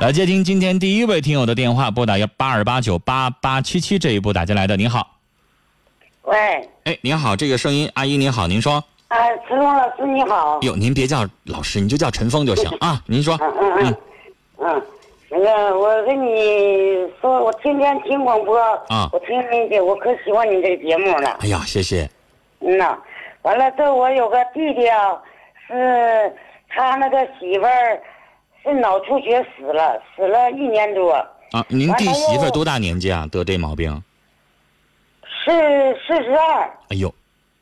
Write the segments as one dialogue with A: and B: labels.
A: 来接听今天第一位听友的电话，拨打幺八二八九八八七七这一部打进来的。您好，
B: 喂，
A: 哎，您好，这个声音，阿姨您好，您说，
B: 啊，陈峰老师你好。
A: 哟，您别叫老师，你就叫陈峰就行啊。您说，
B: 嗯嗯
A: 嗯
B: 嗯，嗯，那个我跟你说，我天天听广播，
A: 啊
B: 我听你的，我可喜欢你这个节目了。
A: 哎呀，谢谢，
B: 嗯呐，完了，这我有个弟弟啊，是他那个媳妇儿是脑出血死了，死了一年多，
A: 啊，您
B: 完
A: 弟
B: 了
A: 媳妇儿
B: 又
A: 多大年纪啊？得这毛病？
B: 是四十二，
A: 哎呦，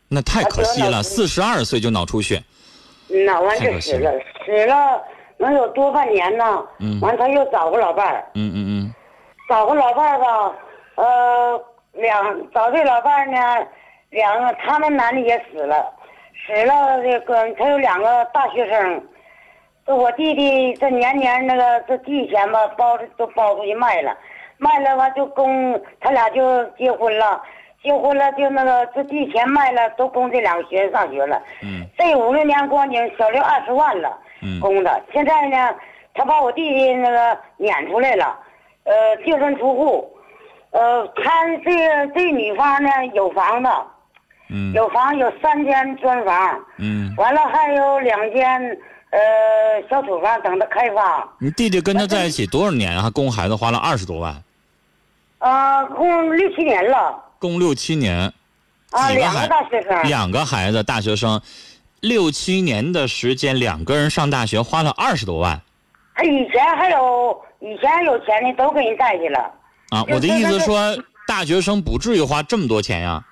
A: 那太可惜
B: 得了
A: 了，四十二岁就脑出血，
B: 嗯呐，完
A: 太
B: 就
A: 可惜
B: 死了，死了能有多半年呢。
A: 嗯
B: 完他又找个老伴儿。
A: 嗯嗯
B: 找个老伴儿吧，呃，两找这老伴儿呢，两个他们男的也死了，死了这个他有两个大学生，这我弟弟这年年那个这地钱吧包着都包出去卖了，卖了完就供他俩就结婚了，结婚了就那个这地钱卖了都供这两个学生上学了，
A: 嗯
B: 这五六年光景小六二十万了。
A: 嗯嗯，
B: 供的。现在呢，他把我弟弟那个撵出来了，呃，净身出户，呃，他这个这女方呢有房子，
A: 嗯
B: 有房有三间砖房，
A: 嗯，
B: 完了还有两间呃小土房等着开发，
A: 你弟弟跟他在一起多少年啊？供孩子花了二十多万，
B: 呃，共六七年了
A: 供六七年，
B: 啊，
A: 几个
B: 两
A: 孩
B: 个大学生，
A: 两个孩子，大学生，六七年的时间，两个人上大学花了二十多万
B: 他以前还有以前有钱的都给人带去了。
A: 啊！
B: 有
A: 我的意思
B: 这个
A: 说，大学生不至于花这么多钱呀。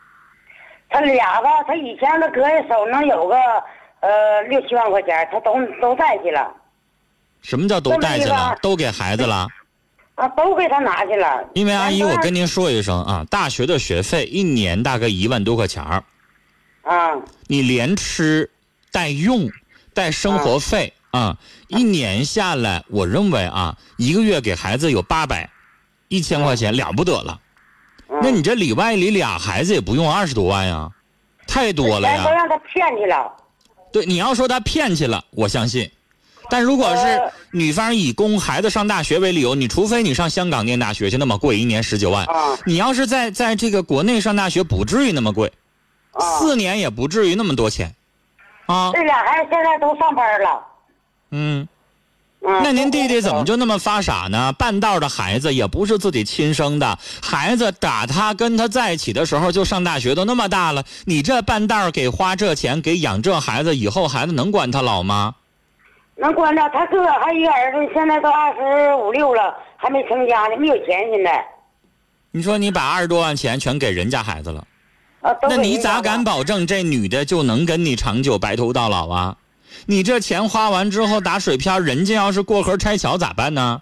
B: 他俩吧，他以前他搁下手能有个呃六七万块钱，他都都带去了。
A: 什么叫都带去
B: 这么一
A: 了
B: 个？
A: 都给孩子了？
B: 啊，都给他拿去了。
A: 因为阿姨，我跟
B: 你
A: 您说一声啊，大学的学费一年大概一万多块钱儿，
B: 啊，
A: 你连吃带用带生活费啊，一年下来，我认为啊，一个月给孩子有八百，一千块钱了不得了。
B: 嗯
A: 那你这里外里俩孩子也不用二十多万呀，太多了
B: 钱都
A: 呀。
B: 让他骗去了。
A: 对，你要说他骗去了，我相信。但如果是
B: 呃
A: 女方以供孩子上大学为理由，你除非你上香港念大学去，那么贵，一年十九万。
B: 啊
A: 你要是在在这个国内上大学，不至于那么贵，
B: 啊，哎
A: 四年也不至于那么多钱，啊，
B: 这俩孩子现在都上班了。
A: 嗯。
B: 嗯，
A: 那您弟弟怎么
B: 就
A: 就那么发傻呢？半道的孩子也不是自己亲生的，孩子打他跟他在一起的时候就上大学，都那么大了，你这半道给花这钱给养这孩子，以后孩子能管他老吗？
B: 能关照他哥还一个儿子，现在都二十五六了，还没成家呢，没有钱现在。
A: 你说你把二十多万钱全给人家孩子了，
B: 啊，都
A: 那
B: 给
A: 你
B: 人家
A: 咋
B: 了
A: 敢？保证这女的就能跟你长久白头到老啊？你这钱花完之后打水漂，人家要是过河拆桥咋办呢？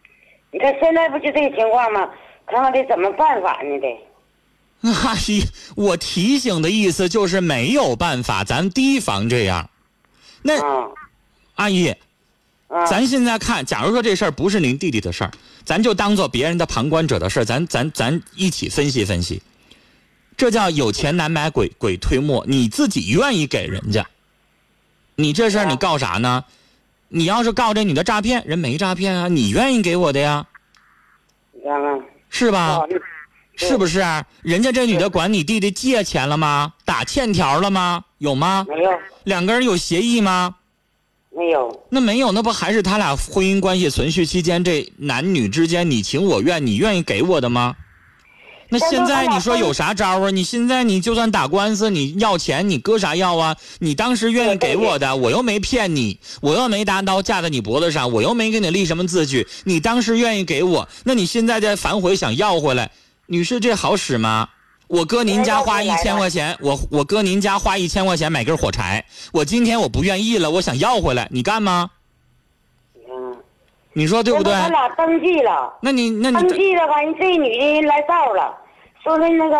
B: 你看现在不就这个情况吗？看看得怎么办法呢？得。
A: 阿姨，哎我提醒的意思就是没有办法，咱提防这样。那
B: 啊
A: 阿姨，
B: 啊，
A: 咱现在看，假如说这事儿不是您弟弟的事儿，咱就当做别人的旁观者的事儿，咱咱咱一起分析分析。这叫有钱难买鬼鬼推磨，你自己愿意给人家，你这事儿
B: 啊
A: 你告啥呢？你要是告这女的诈骗，人没诈骗啊，你愿意给我的呀，
B: 你看看。
A: 是吧？
B: 哦，
A: 啊是不是啊？人家这女的管你弟弟借钱了吗？打欠条了吗？有吗？
B: 没有
A: 两个人有协议吗？
B: 没有。
A: 那没有，那不还是他俩婚姻关系存续期间这男女之间你情我愿，你愿意给我的吗？那现在你说有啥招啊？你现在你就算打官司，你要钱，你搁啥要啊？你当时愿意给我的，我又没骗你，我又没拿刀架在你脖子上，我又没给你立什么字据。你当时愿意给我，那你现在再反悔想要回来，女士这好使吗？我搁您家花一千块钱，我我搁您家花一千块钱买根火柴，我今天我不愿意了，我想要回来，你干吗？
B: 嗯，
A: 你说对不对？
B: 他俩登记了。
A: 那你那
B: 登
A: 你
B: 记了吧，人这女的人来照了，说的那个，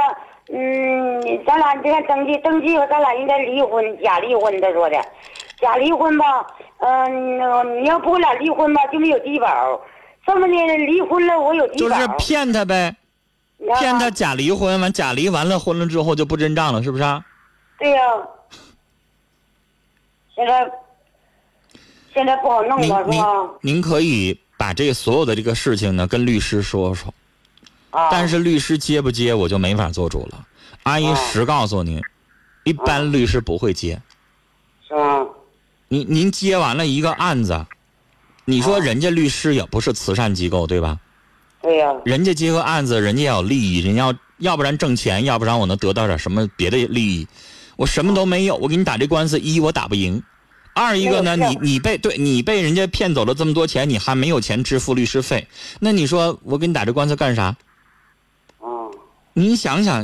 B: 嗯，咱俩这看登记，登记了，咱俩应该离婚，假离婚，他说的，假离婚吧，嗯、你要不给我俩离婚吧，就没有低保，这么的离婚了，我有低
A: 就
B: 保，
A: 是骗他呗，
B: 你看
A: 骗他
B: 看，
A: 假离婚，完假离完了婚了之后就不真账了，是不是啊？
B: 对呀、现在现在不好弄
A: 您
B: 了是
A: 您
B: 吧？
A: 您可以把这所有的这个事情呢跟律师说说，
B: 啊，
A: 但是律师接不接我就没法做主了。阿姨
B: 哦
A: 实告诉您，一般律师不会接。
B: 是吗？
A: 您您接完了一个案子，你说
B: 哦
A: 人家律师也不是慈善机构对吧？
B: 对呀、
A: 人家接个案子，人家要有利益，人家要要不然挣钱，要不然我能得到点什么别的利益。我什么都没有，我给你打这官司，一我打不赢，二一个呢，
B: 没有
A: 你
B: 票
A: 你被对你被人家骗走了这么多钱，你还没有钱支付律师费，那你说我给你打这官司干啥？
B: 嗯，
A: 你想想，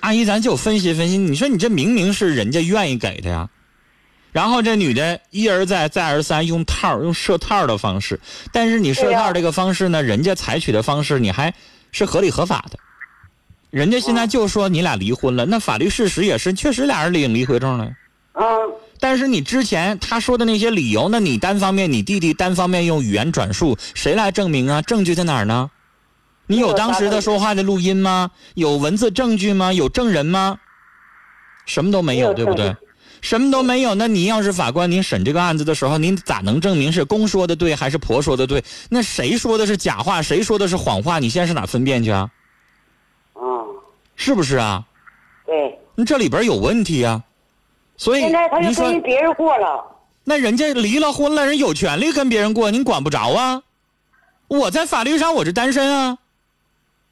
A: 阿姨，咱就分析分析，你说你这明明是人家愿意给的呀，然后这女的一而再再而三用套儿用设套儿的方式，但是你设
B: 对呀
A: 套儿这个方式呢，人家采取的方式你还是合理合法的，人家现在就说你俩离婚了，那法律事实也是确实俩人领离婚证了。
B: 嗯，
A: 但是你之前他说的那些理由，那你单方面，你弟弟单方面用语言转述，谁来证明啊？证据在哪儿呢？你有当时的说话的录音吗？有文字证据吗？有证人吗？什么都没有，
B: 没有
A: 对不对
B: 证？
A: 什么都没有，那您要是法官，您审这个案子的时候，您咋能证明是公说的对还是婆说的对？那谁说的是假话，谁说的是谎话？你现在是哪分辨去啊？
B: 嗯，
A: 是不是啊？
B: 对，
A: 那这里边有问题啊！所以
B: 现在他
A: 您
B: 就
A: 说
B: 跟别人过了，
A: 那人家离了婚了，人有权利跟别人过，您管不着啊。我在法律上我是单身啊，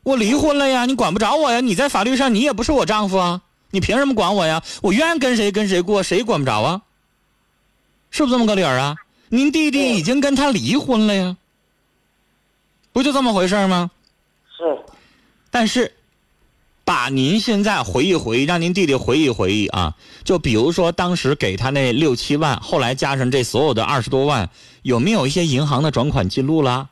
A: 我离婚了呀，你管不着我呀。你在法律上你也不是我丈夫啊，你凭什么管我呀？我愿意跟谁跟谁过，谁管不着啊？是不是这么个理儿啊？您弟弟已经跟他离婚了呀，不就这么回事儿吗？
B: 是，
A: 但是，把您现在回忆回忆，让您弟弟回忆回忆啊。就比如说当时给他那六七万，后来加上这所有的二十多万，有没有一些银行的转款记录啦？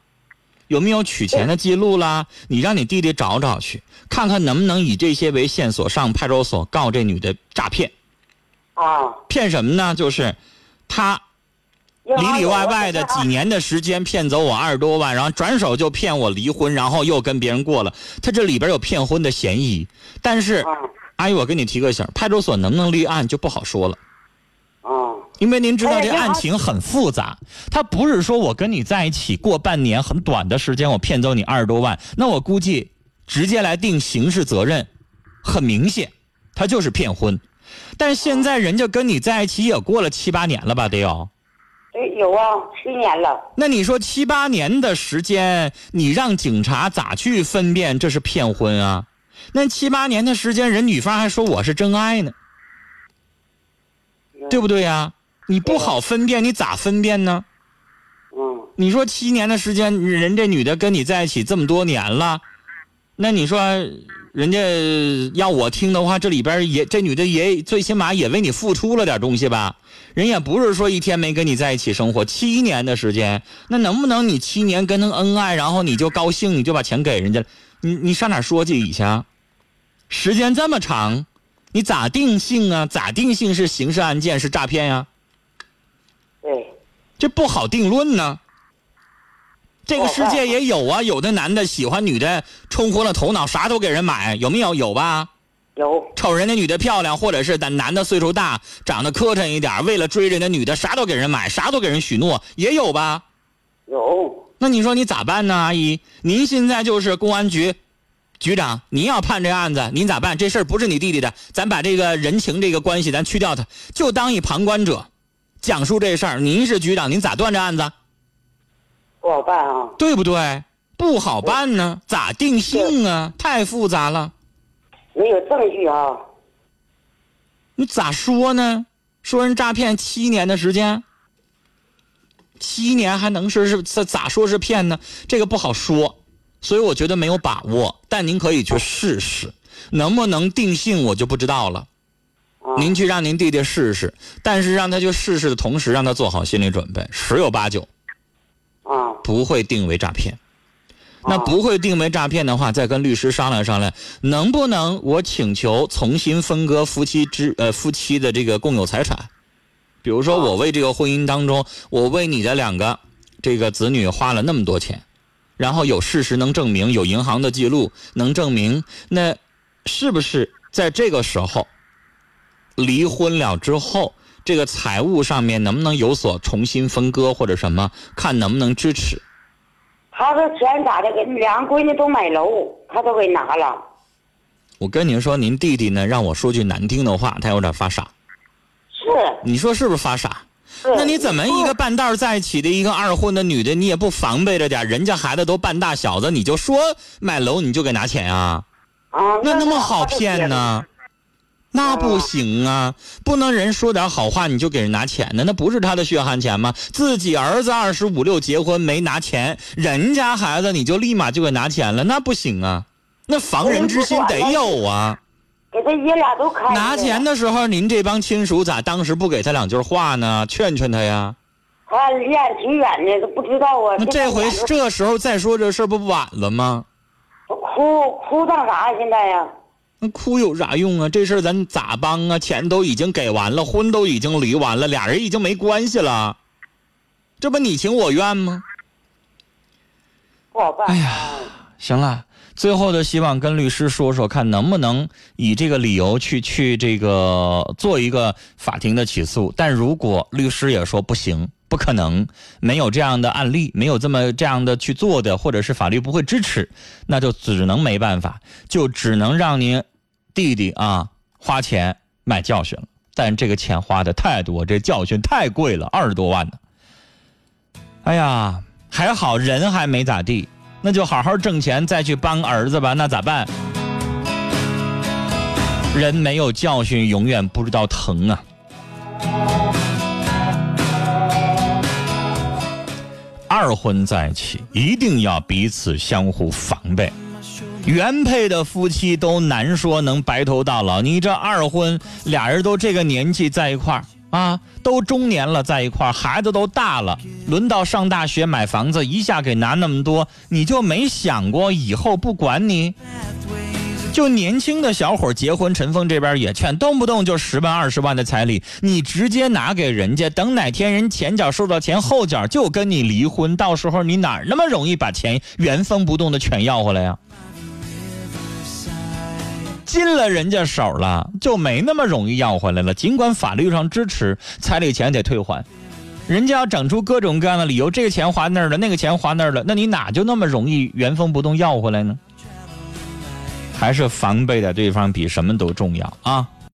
A: 有没有取钱的记录啦？你让你弟弟找找去，看看能不能以这些为线索上派出所告这女的诈骗。
B: 啊，
A: 骗什么呢？就是他里
B: 啊
A: 里外外的几年的时间骗走我二十多万，然后转手就骗我离婚，然后又跟别人过了，他这里边有骗婚的嫌疑。但是
B: 啊，
A: 阿姨，我给你提个醒，派出所能不能立案就不好说了，
B: 嗯，
A: 因为您知道
B: 哎
A: 这
B: 呀
A: 案情很复杂，他不是说我跟你在一起过半年很短的时间，我骗走你二十多万，那我估计直接来定刑事责任，很明显，他就是骗婚。但
B: 啊
A: 现在人家跟你在一起也过了七八年了吧，得有。
B: 对，有啊，七年了，
A: 那你说七八年的时间，你让警察咋去分辨这是骗婚啊？那七八年的时间，人女方还说我是真爱呢，对不对呀、你不好分辨，你咋分辨呢？
B: 嗯，
A: 你说七年的时间，人这女的跟你在一起这么多年了，那你说人家要我听的话，这里边也这女的也最起码也为你付出了点东西吧？人也不是说一天没跟你在一起生活，七年的时间，那能不能你七年跟她恩爱，然后你就高兴，你就把钱给人家了？你你上哪儿说去去啊？时间这么长，你咋定性啊？咋定性是刑事案件是诈骗呀、
B: 对，
A: 这不好定论呢。这个世界也有啊，有的男的喜欢女的，冲昏了头脑，啥都给人买，有没有？有吧？
B: 有，
A: 瞅人家女的漂亮，或者是咱男的岁数大，长得磕碜一点，为了追人家女的，啥都给人买，啥都给人许诺，也有吧？
B: 有，
A: 那你说你咋办呢，阿姨？您现在就是公安局局长，您要判这案子，您咋办？这事儿不是你弟弟的，咱把这个人情这个关系咱去掉它，就当一旁观者，讲述这事儿。您是局长，您咋断这案子？
B: 不好办啊，
A: 对不对？不好办呢，咋定性啊？太复杂了，
B: 没有证据啊，
A: 你咋说呢？说人诈骗七年的时间，七年还能是是咋咋说是骗呢？这个不好说，所以我觉得没有把握。但您可以去试试，能不能定性我就不知道了。
B: 啊，
A: 您去让您弟弟试试，但是让他去试试的同时，让他做好心理准备，十有八九
B: 啊，
A: 不会定为诈骗。那不会定为诈骗的话，再跟律师商量商量，能不能我请求重新分割夫妻之呃夫妻的这个共有财产？比如说，
B: 啊
A: 我为这个婚姻当中，我为你的两个这个子女花了那么多钱，然后有事实能证明，有银行的记录能证明，那是不是在这个时候离婚了之后，这个财务上面能不能有所重新分割或者什么，看能不能支持？
B: 他说钱咋的给两个闺女都买楼，他都给拿了。
A: 我跟您说，您弟弟呢，让我说句难听的话，他有点发傻。
B: 是
A: 你说是不是发傻？
B: 是。
A: 那你怎么一个半道儿在一起的一个二婚的女的，你也不防备着点儿？人家孩子都半大小子，你就说买楼你就给拿钱啊？
B: 啊？
A: 那那么好骗呢？那不行啊！不能人说点好话你就给人拿钱呢，那不是他的血汗钱吗？自己儿子二十五六结婚没拿钱，人家孩子你就立马就给拿钱了，那不行啊！那防人之心得有啊！
B: 给他爷俩都开了。
A: 拿钱的时候，您这帮亲属咋当时不给他两句话呢？劝劝他呀！
B: 他离俺挺远的，都不知道啊。
A: 那这回
B: 现在
A: 这时候再说这事儿不晚了吗？
B: 我哭哭当啥呀？现在呀？
A: 那哭有啥用啊？这事儿咱咋帮啊？钱都已经给完了，婚都已经离完了，俩人已经没关系了，这不你情我愿吗？
B: 不好办。啊
A: 哎呀行了，最后的希望跟律师说说，看能不能以这个理由去去这个做一个法庭的起诉。但如果律师也说不行，不可能，没有这样的案例，没有这么这样的去做的，或者是法律不会支持，那就只能没办法，就只能让您弟弟啊花钱买教训了。但这个钱花的太多，这教训太贵了，二十多万呢。哎呀，还好人还没咋地，那就好好挣钱再去帮儿子吧。那咋办？人没有教训，永远不知道疼啊。二婚在一起，一定要彼此相互防备。原配的夫妻都难说能白头到老，你这二婚，俩人都这个年纪在一块儿啊，都中年了在一块儿，孩子都大了，轮到上大学买房子，一下给拿那么多，你就没想过以后不管你？就年轻的小伙儿结婚，陈峰这边也劝，动不动就十万二十万的彩礼，你直接拿给人家，等哪天人前脚收到钱，后脚就跟你离婚，到时候你哪儿那么容易把钱原封不动的全要回来呀、进了人家手了，就没那么容易要回来了。尽管法律上支持彩礼钱得退还，人家要整出各种各样的理由，这个钱花那儿了，那个钱花那儿了，那你哪就那么容易原封不动要回来呢？还是防备的对方比什么都重要啊！